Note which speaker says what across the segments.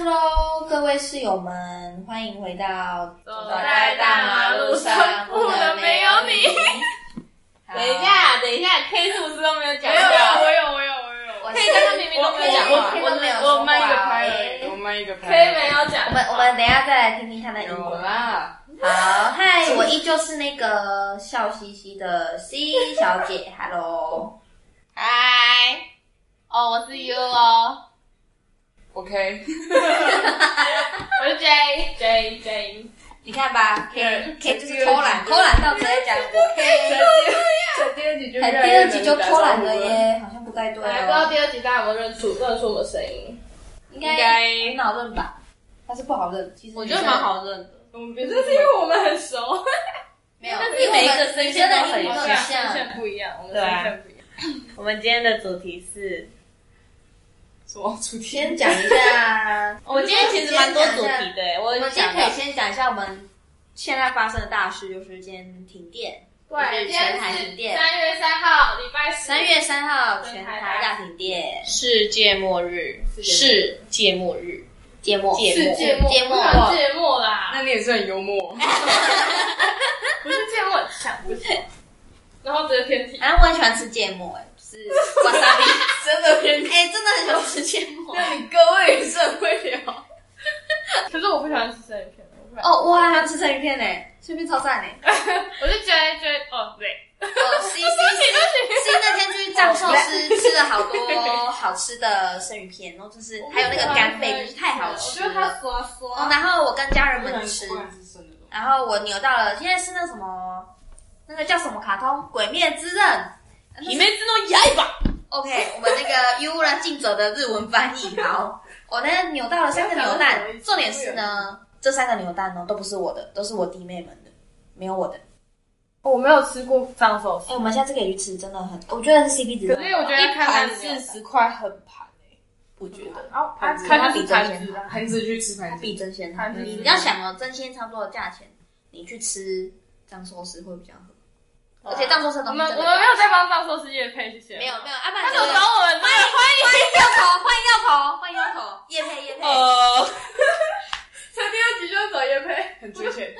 Speaker 1: Hello，各位室友们，欢迎回到
Speaker 2: 走在大马路上不能没有你。
Speaker 1: 好
Speaker 3: 等一，下，等一下，K 是不是都没有讲
Speaker 2: 没有，
Speaker 3: 话？
Speaker 2: 我有，我有，我有。
Speaker 1: 我
Speaker 3: K 刚刚明明都没有讲话
Speaker 1: 我
Speaker 2: 我
Speaker 1: 我没有
Speaker 2: 我
Speaker 1: 说
Speaker 2: 慢一个
Speaker 1: 话
Speaker 2: 拍而已，
Speaker 1: 欸。
Speaker 2: 我慢一个拍。
Speaker 3: ，K 没有讲。
Speaker 1: 我们我们等一下再来听听他的英
Speaker 2: 有
Speaker 1: 文。
Speaker 2: 啦，
Speaker 1: 好，嗨，我依旧是那个笑嘻嘻的 C 小姐，Hello。
Speaker 3: 嗨，哦，我是 U 哦，
Speaker 2: OK，
Speaker 3: 我是 J J J。
Speaker 1: 你看吧，K K 就是偷懒，偷懒到直接讲我 K，
Speaker 2: 在第二集就
Speaker 1: 才第二集就偷懒了。耶，好像不太对
Speaker 3: 不知道
Speaker 1: 哦，
Speaker 3: 第二集大家有没有认出认出我声音？
Speaker 1: 应
Speaker 2: 应
Speaker 1: 该
Speaker 2: 该，
Speaker 1: 很好认吧？但是不好认，其实
Speaker 3: 好认的，
Speaker 2: 我们别
Speaker 3: 这是因为我们很熟，
Speaker 1: 没有，
Speaker 3: 但是
Speaker 1: 因为我们
Speaker 3: 每一个声线都很
Speaker 1: 女生的
Speaker 3: 像
Speaker 1: 音很像。
Speaker 2: 不一样，我们
Speaker 3: 对啊
Speaker 2: 线不一样。
Speaker 3: 我们今天的主题是，
Speaker 2: 什么主题？
Speaker 1: 先讲一 下，
Speaker 3: 我今天其实蛮多主题的耶，我
Speaker 1: 我
Speaker 3: 有
Speaker 1: 们今天
Speaker 3: 想
Speaker 1: 可
Speaker 3: 到
Speaker 1: 以先讲一下我们现在发生的大事，就是今天停电，
Speaker 3: 对
Speaker 1: 就是全台停电，
Speaker 3: 三月三号，礼拜
Speaker 1: 三月三号全
Speaker 3: 全
Speaker 1: 台
Speaker 3: 台
Speaker 1: 大停电，
Speaker 4: 世界末日，世界末日，
Speaker 1: 芥末，
Speaker 4: 芥
Speaker 3: 是
Speaker 4: 末
Speaker 3: 芥末，
Speaker 1: 芥末
Speaker 3: 芥末
Speaker 2: 那
Speaker 3: 啦，
Speaker 2: 你也是很幽默。
Speaker 3: 不是芥末，想不起来。然后这个天气，
Speaker 1: 啊，我很喜欢吃芥末，哎，就是瓦萨比， 真的偏，哎，真的很喜欢吃芥末。
Speaker 2: 你各位也是很会聊。
Speaker 3: 可是我不喜欢吃生鱼片，我不喜欢
Speaker 1: 哦，我还想吃生鱼片呢，生鱼片超赞呢。
Speaker 3: 我就觉得觉得哦，对，
Speaker 1: 哦，C C C C 那天去藏寿司吃了好多好吃的生鱼片，然后就是还有那个干贝，就是太好吃
Speaker 3: 我觉得它
Speaker 1: 了。
Speaker 3: 刷
Speaker 1: 哦，
Speaker 3: 刷，
Speaker 1: 然后我跟家人们吃，
Speaker 2: 生的
Speaker 1: 然后我扭到了，现在是那什么，那个叫什么卡通《鬼灭之刃》
Speaker 4: 你们只能压一把。
Speaker 1: ？OK，我们那个 U 然尽走的日文翻译好，我呢扭到了三个扭蛋，重点是呢，这三个扭蛋呢都不是我的，都是我弟妹们的，没有我的。
Speaker 3: 我没有吃过藏寿
Speaker 1: 哎、
Speaker 3: 司，
Speaker 1: 我们下次可以去吃，真的很，我觉得 CP 值很高。
Speaker 3: 可是我觉得
Speaker 2: 一盘四十块很盘诶，
Speaker 1: 不觉得？
Speaker 3: 然后
Speaker 2: 盘子
Speaker 3: 哦它就
Speaker 1: 它比
Speaker 3: 是
Speaker 1: 较
Speaker 3: 盘子啊，
Speaker 2: 盘子去吃
Speaker 1: 它
Speaker 2: 盘子，
Speaker 1: 比真鲜好
Speaker 3: 它。比
Speaker 1: 你要想哦，真鲜差不多的价钱，你去吃藏寿司会比较合，而且藏寿司的东
Speaker 3: 我
Speaker 1: 西
Speaker 3: 们
Speaker 1: 真
Speaker 3: 我
Speaker 1: 的
Speaker 3: 们没有在帮藏寿司业配，谢谢。
Speaker 1: 没有啊没有，阿爸
Speaker 3: 他怎么找我们？欢
Speaker 1: 要头，欢迎要头，欢迎要头，叶配叶配。
Speaker 4: 呃
Speaker 3: 迎，第二集就是找业配。
Speaker 2: 很缺钱，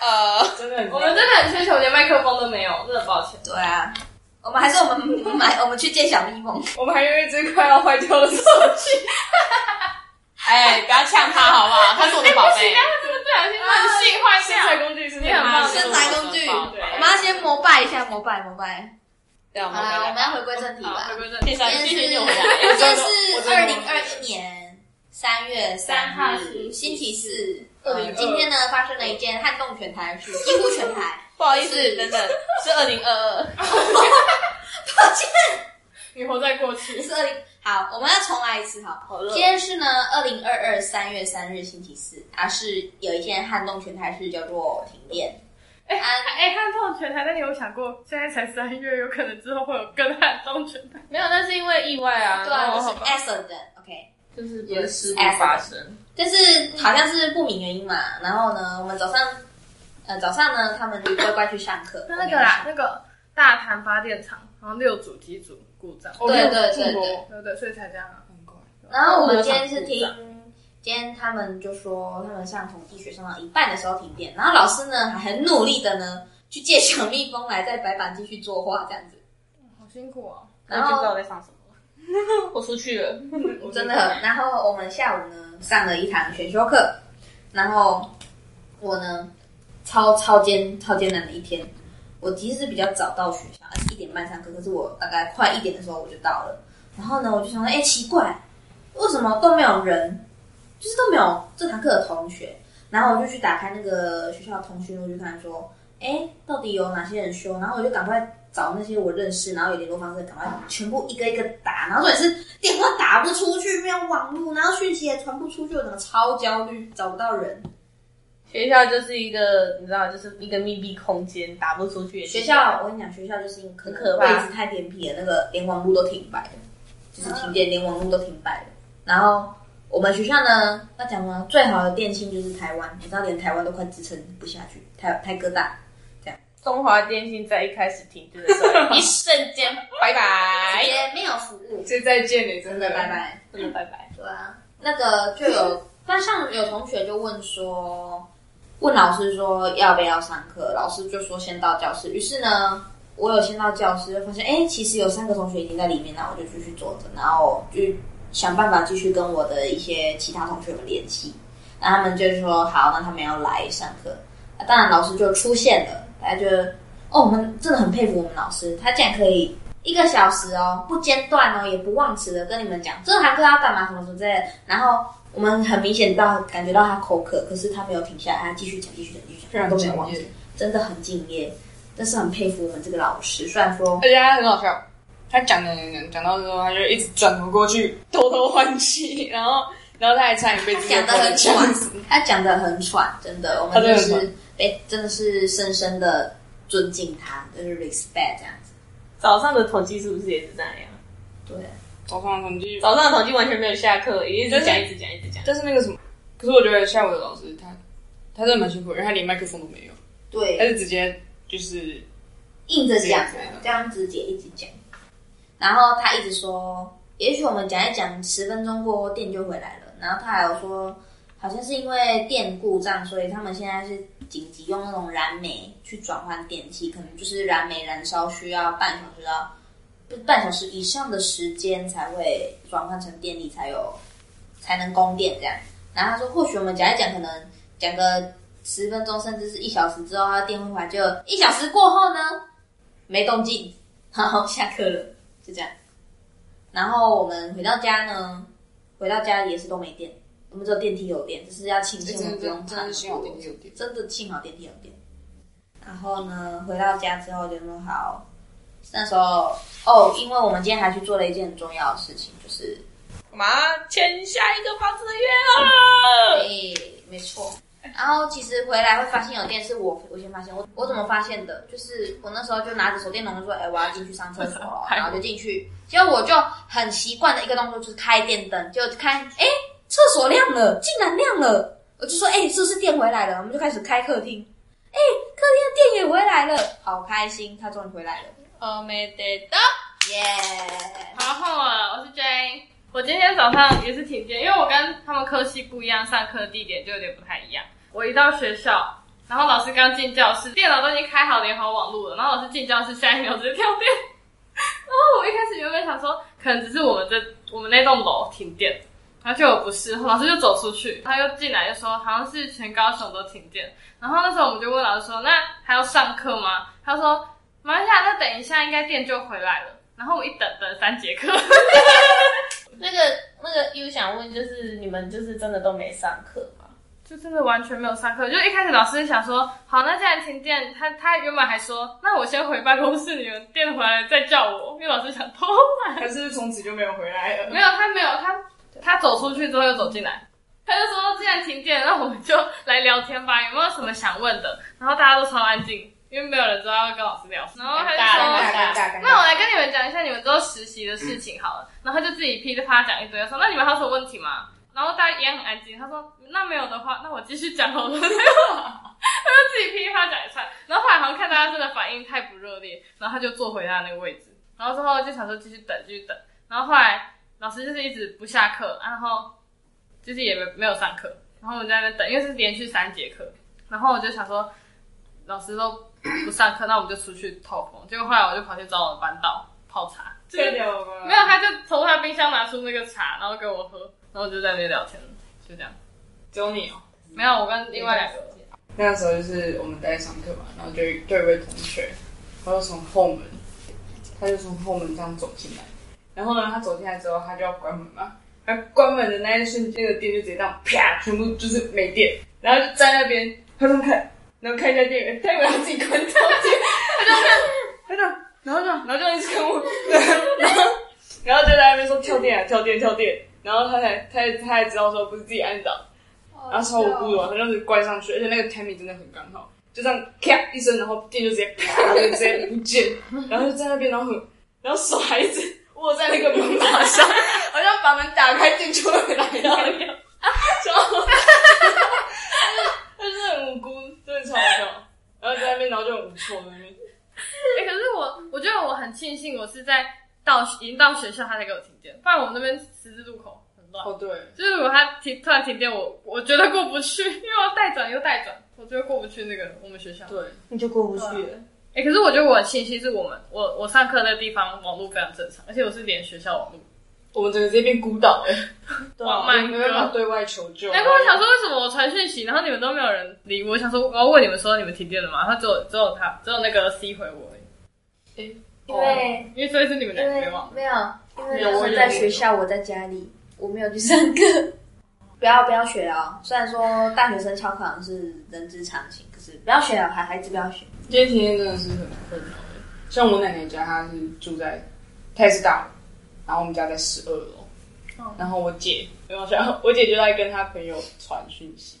Speaker 4: 呃，
Speaker 2: 真的很
Speaker 3: 我们真的很缺球，连麦克风都没有，真的抱 歉。
Speaker 1: 对啊，我们还是我们买，我们去见小蜜蜂。
Speaker 2: 我们还有一只快要坏掉的手机，
Speaker 4: 哎，不要呛他好不好？他是我的宝贝。
Speaker 3: 他啊是不是不小心乱性
Speaker 1: 啊
Speaker 3: 坏
Speaker 2: 身材
Speaker 3: 掉？
Speaker 2: 工具是
Speaker 3: 你很棒
Speaker 1: 身材工具
Speaker 3: 对
Speaker 1: 我们要先膜拜一下，膜拜膜拜。
Speaker 4: 对，啊我
Speaker 1: 好啦，我们要回归正题吧。
Speaker 3: 回归正
Speaker 4: 介
Speaker 3: 题。
Speaker 4: 绍继
Speaker 1: 今
Speaker 4: 续
Speaker 1: 天
Speaker 4: 扭
Speaker 1: 是
Speaker 4: 回来。
Speaker 1: 今天
Speaker 2: 我
Speaker 1: 是
Speaker 2: 真
Speaker 1: 二
Speaker 2: 的
Speaker 1: 零二一年三月三
Speaker 3: 号
Speaker 1: 日，星期四。呃，
Speaker 2: 2022
Speaker 1: 今天呢发生了一件撼动全台的事，几乎全台。
Speaker 4: 不好意思，等等，是二零二二。
Speaker 1: 抱歉，
Speaker 3: 你活在过去。
Speaker 1: 是二零。好，我们要重来一次，好。
Speaker 4: 好热
Speaker 1: 今天是呢，二零二二三月三日星期四，啊，是有一件撼动全台事，叫做停电。
Speaker 3: 哎
Speaker 1: 啊，
Speaker 3: 哎，撼动全台，但你有想过，现在才三月，有可能之后会有更撼动全台？
Speaker 4: 没有，那是因为意外啊
Speaker 1: 对啊，
Speaker 4: 然
Speaker 1: 就是
Speaker 4: 后
Speaker 1: accident，OK。
Speaker 4: 就是
Speaker 2: 也是
Speaker 1: 不发
Speaker 4: 生。
Speaker 1: 但是好像是不明原因嘛，然后呢，我们早上，呃，早上呢，他们就乖乖去上课。
Speaker 3: 那那个啦，那个大潭发电厂，然后六组机组故障，
Speaker 2: 哦
Speaker 1: 对对对对
Speaker 3: 对对，所以才这样啊。
Speaker 1: 然后我们今天是听，今天他们就说他们上统计学上到一半的时候停电，然后老师呢还很努力的呢去借小蜜蜂来在白板继续作画这样子，
Speaker 3: 好辛苦哦。
Speaker 1: 然后
Speaker 4: 在上什么 了。我出去了。
Speaker 1: 真的，然后我们下午呢上了一堂选修课，然后我呢超超艰超艰难的一天，我其实是比较早到学校，一点半上课，可是我大概快一点的时候我就到了，然后呢我就想说，哎、奇怪，为什么都没有人，就是都没有这堂课的同学，然后我就去打开那个学校的通讯录，就看说，哎、到底有哪些人修，然后我就赶快。找那些我认识，然后有联络方式，赶快全部一个一个打。然后重点是电话打不出去，没有网络，然后讯息也传不出去，我整个超焦虑，找不到人。
Speaker 4: 学校就是一个，你知道，就是一个密闭空间，打不出去。
Speaker 1: 学校，我跟你讲，学校就是一个可
Speaker 4: 很
Speaker 1: 能
Speaker 4: 可怕
Speaker 1: 位置太偏僻了，那个连网络都停摆了，就是停电，连网络都停摆了。然后我们学校呢，要讲呢，最好的电信就是台湾，你知道，连台湾都快支撑不下去，台台哥大。
Speaker 4: 中华电信在一开始停顿的时候， 一瞬间拜拜，
Speaker 1: 哎也没有服务，
Speaker 2: 这再见你真
Speaker 1: 真
Speaker 2: 的
Speaker 1: 的拜拜。
Speaker 4: 真的拜拜。
Speaker 1: 对啊，那个就有，那像有同学就问说，问老师说要不要上课，老师就说先到教室。于是呢，我有先到教室，就发现哎、诶其实有三个同学已经在里面，然后我就继续坐着，然后就想办法继续跟我的一些其他同学们联系。那他们就说好，那他们要来上课。啊当然，老师就出现了，大家就哦，我们真的很佩服我们老师，他竟然可以一个小时哦，不间断哦，也不忘词的跟你们讲这堂课要干嘛什么什么之类的。然后我们很明显到感觉到他口渴，可是他没有停下来，他继续讲，继续讲，继续讲，虽然都没有忘记，真的很敬业。但是很佩服我们这个老师，虽然说
Speaker 2: 而且他很好笑，他讲讲讲讲讲到之后，他就一直转头过去偷偷换气，然后然后他还差点被自己
Speaker 1: 讲得很
Speaker 2: 这样
Speaker 1: 喘
Speaker 2: 子，
Speaker 1: 他讲的很喘，真的，我
Speaker 2: 他
Speaker 1: 们
Speaker 2: 真的
Speaker 1: 就
Speaker 2: 很
Speaker 1: 是被真的是深深的尊敬他，就是 respect 这样子。
Speaker 4: 早上的统计是不是也是那样？
Speaker 1: 对，啊
Speaker 2: 早上成绩，
Speaker 4: 早上的统计完全没有下课，也一直讲，一直讲，一直讲。
Speaker 2: 啊但是那个什么，可是我觉得下午的老师他他真的蛮辛苦的，因为他连麦克风都没有，他
Speaker 1: 对，
Speaker 2: 是直接就是
Speaker 1: 硬着讲
Speaker 2: 这样子，
Speaker 1: 这样子姐一直讲，然后他一直说，也许我们讲一讲，十分钟过后电就回来了。然后他还有说，好像是因为电故障，所以他们现在是紧急用那种燃煤去转换电器，可能就是燃煤燃烧需要半小时到不半小时以上的时间才会转换成电力，才有才能供电这样。然后他说，或许我们讲一讲，可能讲个十分钟，甚至是一小时之后，它电会回来，就一小时过后呢，没动静，然后下课了，就这样。然后我们回到家呢，回到家也是都没电，我们只有电梯有电，就是要庆
Speaker 2: 真
Speaker 1: 幸我们
Speaker 2: 真
Speaker 1: 不用
Speaker 2: 真
Speaker 1: 爬那
Speaker 2: 的是
Speaker 1: 么
Speaker 2: 幸好
Speaker 1: 多
Speaker 2: 电梯有电，
Speaker 1: 真的幸好电梯有电。然后呢，回到家之后就说好，那时候哦，因为我们今天还去做了一件很重要的事情，就是
Speaker 4: 妈，签下一个房子的约啊了。
Speaker 1: 对，哎没错。然后其实回来会发现有电，是我我先发现，我我怎么发现的？就是我那时候就拿着手电筒说，哎，我要进去上厕所了，然后就进去，结果我就很习惯的一个动作就是开电灯，就开，哎，厕所亮了，竟然亮了，我就说，哎，是不是电回来了？我们就开始开客厅，哎，客厅的电也回来了，好开心，它终于回来了，
Speaker 4: 哦，没得到。
Speaker 1: 耶、
Speaker 3: 好，换我了，我是 J。我今天早上也是停电，因为我跟他们科系不一样，上课地点就有点不太一样。我一到学校，然后老师刚进教室，电脑都已经开好联好网络了，然后老师进教室，下一秒直接跳电。 然后我一开始原本想说，可能只是我们这我们那栋楼停电，然后就有不是，老师就走出去，他又进来就说好像是全高雄都停电。然后那时候我们就问老师说，那还要上课吗？他说马来西亚，那等一下应该电就回来了。然后我一等等三节课，
Speaker 4: 那个那个 U 想问，就是你们就是真的都没上课吗？
Speaker 3: 就真的完全没有上课。就一开始老师想说，好，那既然停电，他他原本还说，那我先回办公室，你们电回来了再叫我，因为老师想偷懒。
Speaker 2: 可是从此就没有回来了
Speaker 3: 没。有，他没有，他他走出去之后又走进来，他就说，既然停电，那我们就来聊天吧，有没有什么想问的？然后大家都超安静，因为没有人知道要跟老师聊。然后他就
Speaker 4: 尴尬，
Speaker 3: 说
Speaker 1: 尴尬尴尬，
Speaker 3: 那我来跟你们讲一下你们之后实习的事情好了。然后他就自己噼里啪啦讲一堆，说那你们还有什么问题吗？然后大家也很安静。他说那没有的话，那我继续讲好 了。他就自己噼里啪啦讲一串。然后后来好像看大家真的反应太不热烈，然后他就坐回他那个位置。然后之后就想说继续等，继续等。然后后来老师就是一直不下课，然后就是也没没有上课。然后我们在那边等，因为是连续三节课。然后我就想说，老师都不上课，那我们就出去透风。结果后来我就跑去找我的班导泡茶，
Speaker 2: 这掉吧
Speaker 3: 没有，他就从他冰箱拿出那个茶，然后给我喝，然后我就在那边聊天，就这样。
Speaker 2: 只有你哦。
Speaker 3: 没有，我跟另外两个，
Speaker 2: 那时候就是我们在上课嘛，然后就就有一位同学，他就从后门，他就从后门这样走进来，然后呢，他走进来之后，他就要关门嘛，他关门的那一瞬间，那个电就直接这样啪，全部就是没电，然后就在那边，他就看，然后看一下电源，他以为他自己关掉电，他就看，他就，然后就，然后就一直 跟我，然后，然后就在那边说跳电啊，跳电，跳电，然后他才，他才，他才知道说不是自己按倒。然后超无辜的，他就是关上去，而且那个 Tammy 真的很刚好，就这样咔一声，然后电就直接啪，就直接不见，然后就在那边，然后然后手还一直握在那个门把上，好像把门打开电就回来了一样，超，他就是很无辜，真的超好笑，然后在那边，然后就很无措在那边，
Speaker 3: 哎、可是我我觉得我很庆幸，我是在到已经到学校，他才给我停电，不然我们那边十字路口很乱。
Speaker 2: 哦，对，
Speaker 3: 就是如果他停突然停电，我我觉得过不去，因为我带转又带转，我觉得过不去那个我们学校。
Speaker 2: 对，啊
Speaker 4: 你就过不去
Speaker 3: 对
Speaker 4: 了。
Speaker 3: 哎、可是我觉得我很庆幸是我们我我上课的地方网络非常正常，而且我是连学校网络
Speaker 2: 我们整个这边孤岛哎、
Speaker 4: 对
Speaker 3: 网
Speaker 4: 啊，
Speaker 3: 麦
Speaker 2: 没办法对外求救。
Speaker 3: 难怪我想
Speaker 1: 哦
Speaker 3: 说，为什么我传讯息，然后你们都没有人理我？我想说，我要问你们说你们停电了吗？他只有只有他只有那个 C 回我而已，
Speaker 1: 因为
Speaker 3: 因为所以是你们
Speaker 1: 因
Speaker 3: 两个
Speaker 1: 为
Speaker 3: 没网。
Speaker 1: 没有，因为
Speaker 2: 有
Speaker 1: 他
Speaker 2: 我
Speaker 1: 们
Speaker 2: 有
Speaker 1: 在
Speaker 2: 我
Speaker 1: 学
Speaker 2: 有
Speaker 1: 校，我在家里，我没有去上课。 不要不要学了哦！虽然说大学生翘课好像是人之常情，可是不要学了，孩孩子不要学。
Speaker 2: 今天停电真的是很困扰哎、像我奶奶家，她是住在，她也是大楼，然后我们家在十二楼，
Speaker 3: 哦
Speaker 2: 然后我姐，然后想我姐就在跟她朋友传讯息，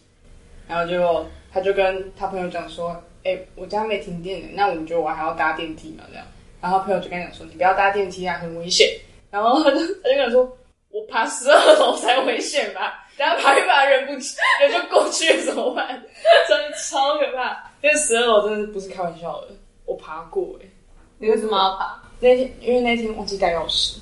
Speaker 2: 然后结果她就跟她朋友讲说，哎、我家没停电呢，那我们觉得我还要搭电梯嘛这样，然后朋友就跟她讲说，你不要搭电梯啊，很危险，然后她就她就跟我说，我爬十二楼才危险吧。然后爬一爬人不人就过去了怎么办？ 真的超可怕！那十二楼真的不是开玩笑的，我爬过哎、
Speaker 4: 你为什么要爬？
Speaker 2: 那天因为那天忘记带钥匙，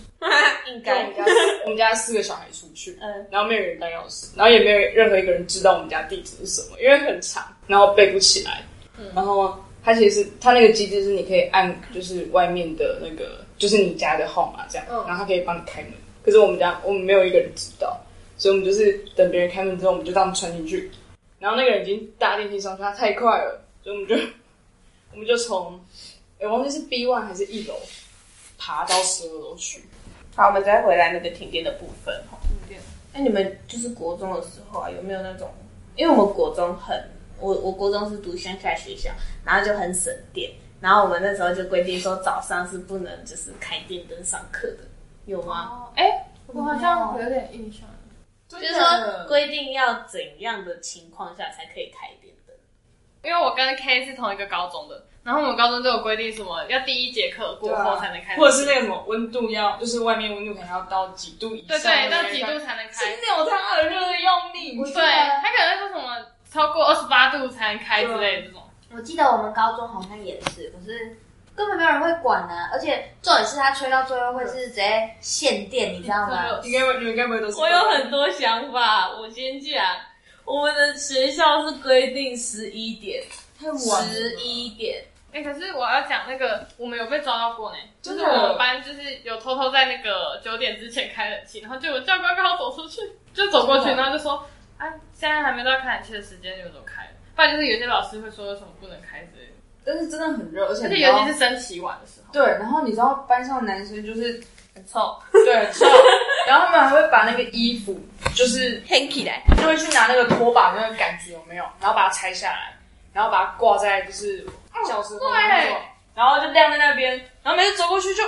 Speaker 4: 应
Speaker 2: 就我
Speaker 4: 该
Speaker 2: 们家我们家四个小孩出去，
Speaker 4: 嗯，
Speaker 2: 然后没有人带钥匙，然后也没有任何一个人知道我们家地址是什么，因为很长，然后背不起来。然后它其实是它那个机制是你可以按就是外面的那个就是你家的号码这样，
Speaker 3: 嗯
Speaker 2: 然后它可以帮你开门。可是我们家我们没有一个人知道，所以我们就是等别人开门之后，我们就这样穿进去。然后那个人已经搭电梯上去，他太快了，所以我们就我们就从哎忘记是 B one 还是一楼爬到十二楼去。
Speaker 4: 好，我们再回来那个停电的部分哈。那你们就是国中的时候啊，有没有那种？因为我们国中很，我我国中是读乡下学校，然后就很省电，然后我们那时候就规定说早上是不能就是开电灯上课的，有吗？
Speaker 3: 哦，哎、我好像有点印象。
Speaker 4: 就是说规定要怎样的情况下才可以开电灯？
Speaker 3: 因为我跟 K 是同一个高中的，然后我们高中就有规定什么要第一节课过后才能开，
Speaker 2: 或者是那个什么温度要，就是外面温度可能要到几度以
Speaker 3: 对
Speaker 2: 上，
Speaker 3: 对到几度才能
Speaker 2: 才
Speaker 3: 开，
Speaker 2: 扭它的热的要命。
Speaker 1: 我
Speaker 3: 对啊他可能说什么超过二十八度才能开之类的这种，
Speaker 1: 我记得我们高中好像也是，可是根本没有人会管啊。而且重点是他吹到最后会是直接限电，你知道吗？
Speaker 2: 应该会，你们该不会都是？
Speaker 4: 我有很多想法，我先讲。我们的学校是规定十一点，
Speaker 2: 太晚了
Speaker 4: 十一点，
Speaker 3: 哎、可是我要讲那个，我们有被抓到过呢，就是
Speaker 2: 真的
Speaker 3: 我们班就是有偷偷在那个九点之前开冷气，然后就有教官刚好走 出去，就走过去，
Speaker 2: 真的
Speaker 3: 然后就说啊，现在还没到开冷气的时间，你们怎么开？不然就是有些老师会说有什么不能开之类的，
Speaker 2: 但是真的很热，而且
Speaker 3: 而
Speaker 2: 你
Speaker 3: 且
Speaker 2: 知道
Speaker 3: 尤其是升旗晚的时候，
Speaker 2: 对，然后你知道班上男生就是
Speaker 4: 很臭，
Speaker 2: 对很臭， 然后他们还会把那个衣服就是
Speaker 4: 黑起来。
Speaker 2: 就会去拿那个拖把那个杆子有没有，然后把它拆下来，然后把它挂在就是教室后面那种
Speaker 3: 对
Speaker 2: 然后就晾在那边，然后每次走过去就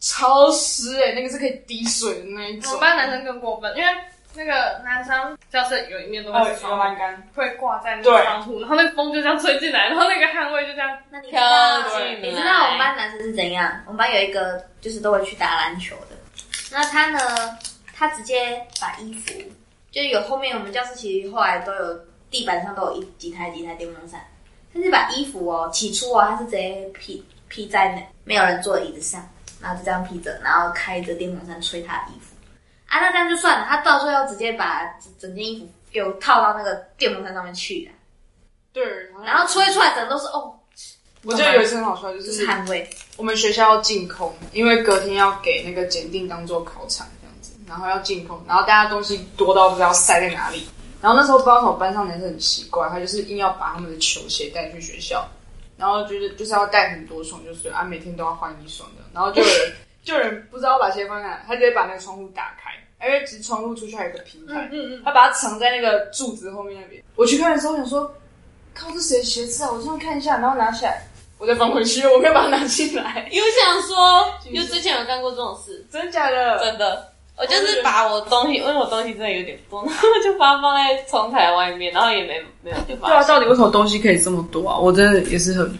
Speaker 2: 潮湿哎、欸，那个是可以滴水的那一
Speaker 3: 我
Speaker 2: 种。哦
Speaker 3: 们班男生更过分，因为那个男生教室哦有一啊面都会是窗户，
Speaker 2: 杆，
Speaker 3: 会挂在那个窗户，然后那个风就这样吹进来，然后那个汗味就这样。
Speaker 1: 那你知道
Speaker 4: 飘进来
Speaker 1: 你知道我们班男生是怎样？我们班有一个就是都会去打篮球的，那他呢，他直接把衣服，就是有后面我们教室其实后来都有地板上都有一几台几台电风扇，他是把衣服哦，起初哦，他是直接披披在那没有人坐的椅子上，然后就这样披着，然后开着电风扇吹他的衣服。啊，那这样就算了，他到最后直接把整整件衣服给我套到那个电风扇上面去了，
Speaker 2: 对，
Speaker 1: 然后吹出来整个都是哦，
Speaker 2: 我记得有一次很好笑，就
Speaker 1: 就是
Speaker 2: 是
Speaker 1: 汗味。
Speaker 2: 我们学校要净空，因为隔天要给那个检定当做考场这样子，然后要净空，然后大家东西多到不知道塞在哪里。然后那时候不知道为什么班上男生很奇怪，他就是硬要把他们的球鞋带去学校，然后就是就是要带很多双，就是啊每天都要换一双的。然后就有人就有人不知道把鞋放在哪，他直接把那个窗户打开，因为其实窗户出去还有一个平台，
Speaker 3: 嗯嗯，
Speaker 2: 他把它藏在那个柱子后面那边。我去看的时候想说，靠，这谁的鞋子啊？我这样看一下，然后拿起来，我再放回去，我没有把它拿进来。
Speaker 4: 有想说，就之前有干过这种事，
Speaker 2: 真假 的？
Speaker 4: 真的。我就是把我东西，因为我东西真的有点多，然后就把它放在窗台外面，然后也没没有就
Speaker 2: 对啊
Speaker 4: 发，现。
Speaker 2: 到底为什么东西可以这么多啊？我真的也是很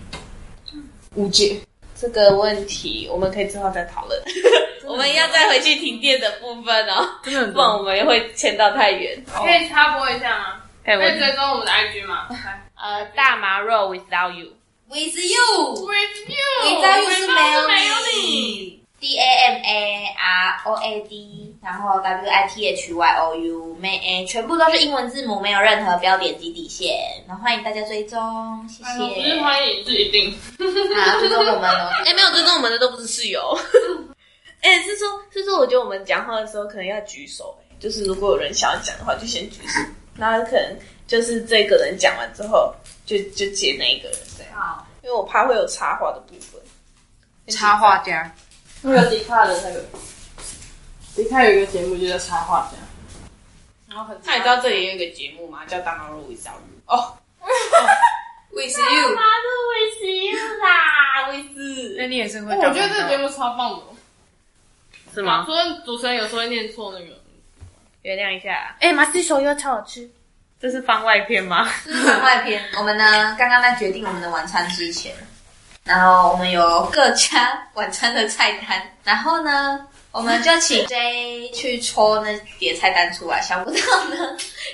Speaker 2: 无解。
Speaker 4: 这个问题我们可以之后再讨论。 我们要再回去停电的部分哦，
Speaker 2: 真的很
Speaker 4: 不然我们也会牵到太远。
Speaker 3: 可以插播一下吗？
Speaker 5: 哎
Speaker 4: 可以
Speaker 3: 可以追踪我们的 IG 吗
Speaker 4: 呃，大麻肉 without you。
Speaker 1: With you，
Speaker 3: ？With
Speaker 1: 你
Speaker 3: you，
Speaker 1: 知道又是没
Speaker 3: 没
Speaker 1: 有
Speaker 3: 有你。
Speaker 1: 你。D A M A R O A D，然后 W I T H Y O U 没诶，全部都是英文字母，没有任何标点及底线。那欢迎大家追踪，谢
Speaker 3: 哎我不
Speaker 1: 谢。
Speaker 3: 是欢迎，是一定。
Speaker 1: 啊，追踪我们哦。
Speaker 4: 哎、没有追踪我们的都不是室 友。哎、是说，是说，我觉得我们讲话的时候可能要举手、哎就是如果有人想要讲的话，就先举手，然后可能就是这个人讲完之后，就就接那一个人这样，
Speaker 1: 好，
Speaker 4: 因为我怕会有插话的部分。
Speaker 2: 插画家，
Speaker 3: 那个迪卡的那个，
Speaker 2: 你看有一个节目就叫插画家，
Speaker 3: 然后很
Speaker 4: 那你知道这里有一个节目吗？叫《大马路微笑日》哦。With you，
Speaker 3: 是 维奇啦，维斯。
Speaker 5: 那你也是会
Speaker 3: 哎，
Speaker 5: 当班
Speaker 3: 我觉得这个节
Speaker 5: 的
Speaker 3: 目超棒的。
Speaker 5: 是吗？
Speaker 3: 昨天主持人有时候会念错那个，
Speaker 4: 原谅一下，
Speaker 5: 哎，麻吉手又超好吃，这是番外篇吗？
Speaker 1: 这是番外篇。我们呢，刚刚在决定我们的晚餐之前，然后我们有各家晚餐的菜单，然后呢，我们就请 J 去抽那叠菜单出来。想不到呢，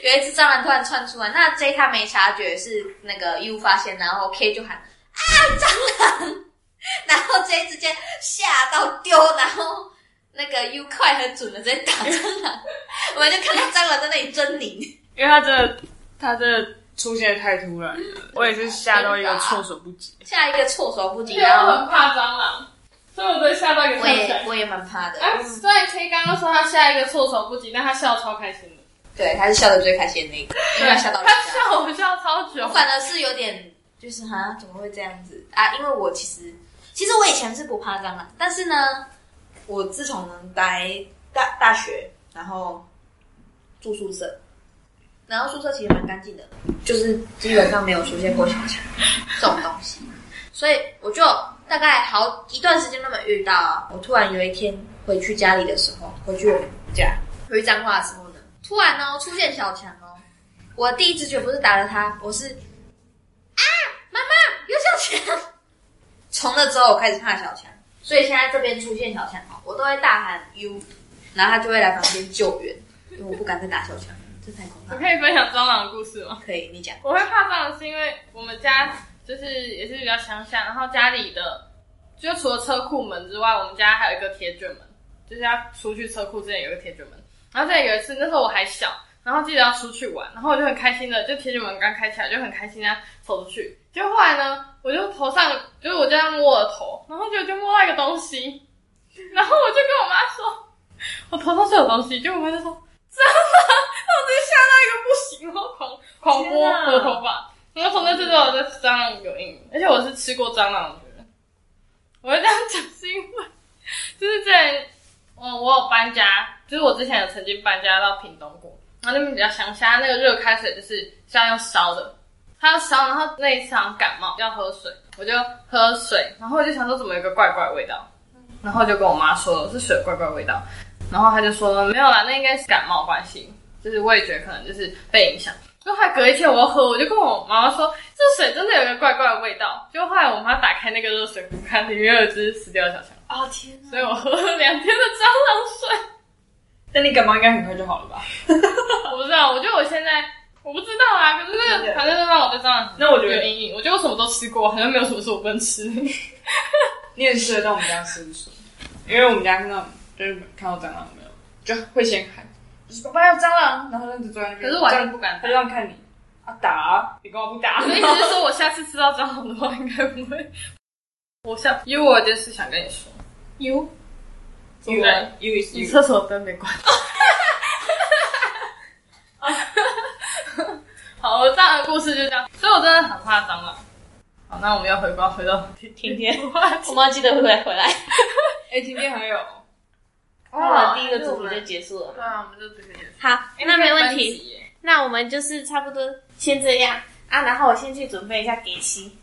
Speaker 1: 有一只蟑螂突然窜出来，那 J 他没察觉，是那个 U 发现，然后 K 就喊啊蟑螂，然后 J 直接吓到丢，然后。那个 U 快很准的在打蟑螂，我们就看到蟑螂在那里狰狞。
Speaker 5: 因为他真的，他真的，
Speaker 2: 出现得太突然了，
Speaker 5: 我也是吓到一个措手不及。
Speaker 1: 下一个措手不及，
Speaker 3: 因为啊我
Speaker 1: 然后
Speaker 3: 很怕蟑螂，所以我被吓到一个
Speaker 1: 我
Speaker 3: 跳起
Speaker 1: 也
Speaker 3: 来。
Speaker 1: 我也蛮怕 的，
Speaker 3: 哎，虽然 K 刚刚说他下一个措手不及，但他笑超开心的。
Speaker 1: 对，他是笑的最开心的那个，因为啊他笑到我
Speaker 3: 他
Speaker 1: 笑。
Speaker 3: 笑我笑超久
Speaker 1: 我。反而是有点就是哈，怎么会这样子啊？因为我其实其实我以前是不怕蟑螂，但是呢，我自从能来大大学，然后住宿舍，然后宿舍其实蛮干净的，就是基本上没有出现过小强这种东西，所以我就大概好一段时间都没遇到啊。我突然有一天回去家里的时候，回去我们家回去彰化的时候呢，突然哦出现小强哦，我第一直觉不是打了他，我是啊妈妈有小强。从那之后我开始怕小强，所以现在这边出现小强哦，我都会大喊 U，然后他就会来房间救援，因为我不敢再打小强，这太可怕
Speaker 3: 我
Speaker 1: 了。
Speaker 3: 可以分享蟑螂的故事吗？
Speaker 1: 可以，你讲。
Speaker 3: 我会怕蟑螂是因为我们家就是也是比较乡下，然后家里的就除了车库门之外，我们家还有一个铁卷门，就是要出去车库之前有一个铁卷门。然后再有一次，那时候我还小，然后记得要出去玩，然后我就很开心的，就铁卷门刚开起来就很开心的啊走出去。结果后来呢，我就头上就是我这样摸我的头，然后就就摸到一个东西，然后我就跟我妈说，我头上是有东西，结果我妈就说。 真的，然后我直接吓到一个不行，然后狂狂拨
Speaker 5: 天哪
Speaker 3: 我的头发，然后从那之后我对蟑螂有阴影，而且我是吃过蟑螂的人。我会这样讲是因为， 就是在嗯，我有搬家，就是我之前有曾经搬家到屏东过，然后那边比较乡下，那个热开水就是是要用烧的，它要烧，然后那一次好像感冒要喝水，我就喝水，然后我就想说怎么有一个怪怪的味道，然后就跟我妈说是水怪怪的味道，然后她就说没有啦，那应该是感冒关系，就是味觉可能就是被影响。然后后来隔一天我又喝，我就跟我妈妈说，这水真的有一个怪怪的味道。就后来我妈打开那个热水壶，看里面有一只死掉的小强，
Speaker 1: 哦天哪！
Speaker 3: 所以我喝了两天的蟑螂水。
Speaker 2: 但你感冒应该很快就好了吧？
Speaker 3: 我不知道，我觉得我现在我不知道啊，可是那个反正就让我对蟑螂
Speaker 2: 那我觉
Speaker 3: 有
Speaker 2: 得
Speaker 3: 阴影。我觉得我什么都吃过，好像没有什么是我不能吃的。
Speaker 2: 你很适合到我们家吃素，因为我们家是那种就是看到蟑螂没有，就会先喊，就是爸爸有蟑螂，然后那只坐在那边，
Speaker 3: 可是我还
Speaker 2: 这
Speaker 3: 是
Speaker 2: 样
Speaker 3: 不敢
Speaker 2: 他
Speaker 3: 打
Speaker 2: 就。这样看你啊打啊，你干嘛不打
Speaker 3: 我？的意思是说，我下次吃到蟑螂的话，应该不会。我下，因为我有件事想跟你说。You，
Speaker 2: you are- you is
Speaker 3: 你
Speaker 2: you，
Speaker 3: 厕所灯没关。好，我这样的故事就这样，所以我真的很怕蟑螂。好，那我们要回光回 到
Speaker 4: 婷婷，
Speaker 3: 话
Speaker 4: 我
Speaker 3: 题。
Speaker 4: 们要记得回来回来。
Speaker 2: 哎，今天还有
Speaker 4: 啊那我们第一个主题就结束了。
Speaker 3: 对啊，我们就直接结束。
Speaker 4: 好，那哎没问
Speaker 3: 分
Speaker 4: 题。
Speaker 3: 级耶。
Speaker 4: 那我们就是差不多先这样啊，然后我先去准备一下给息，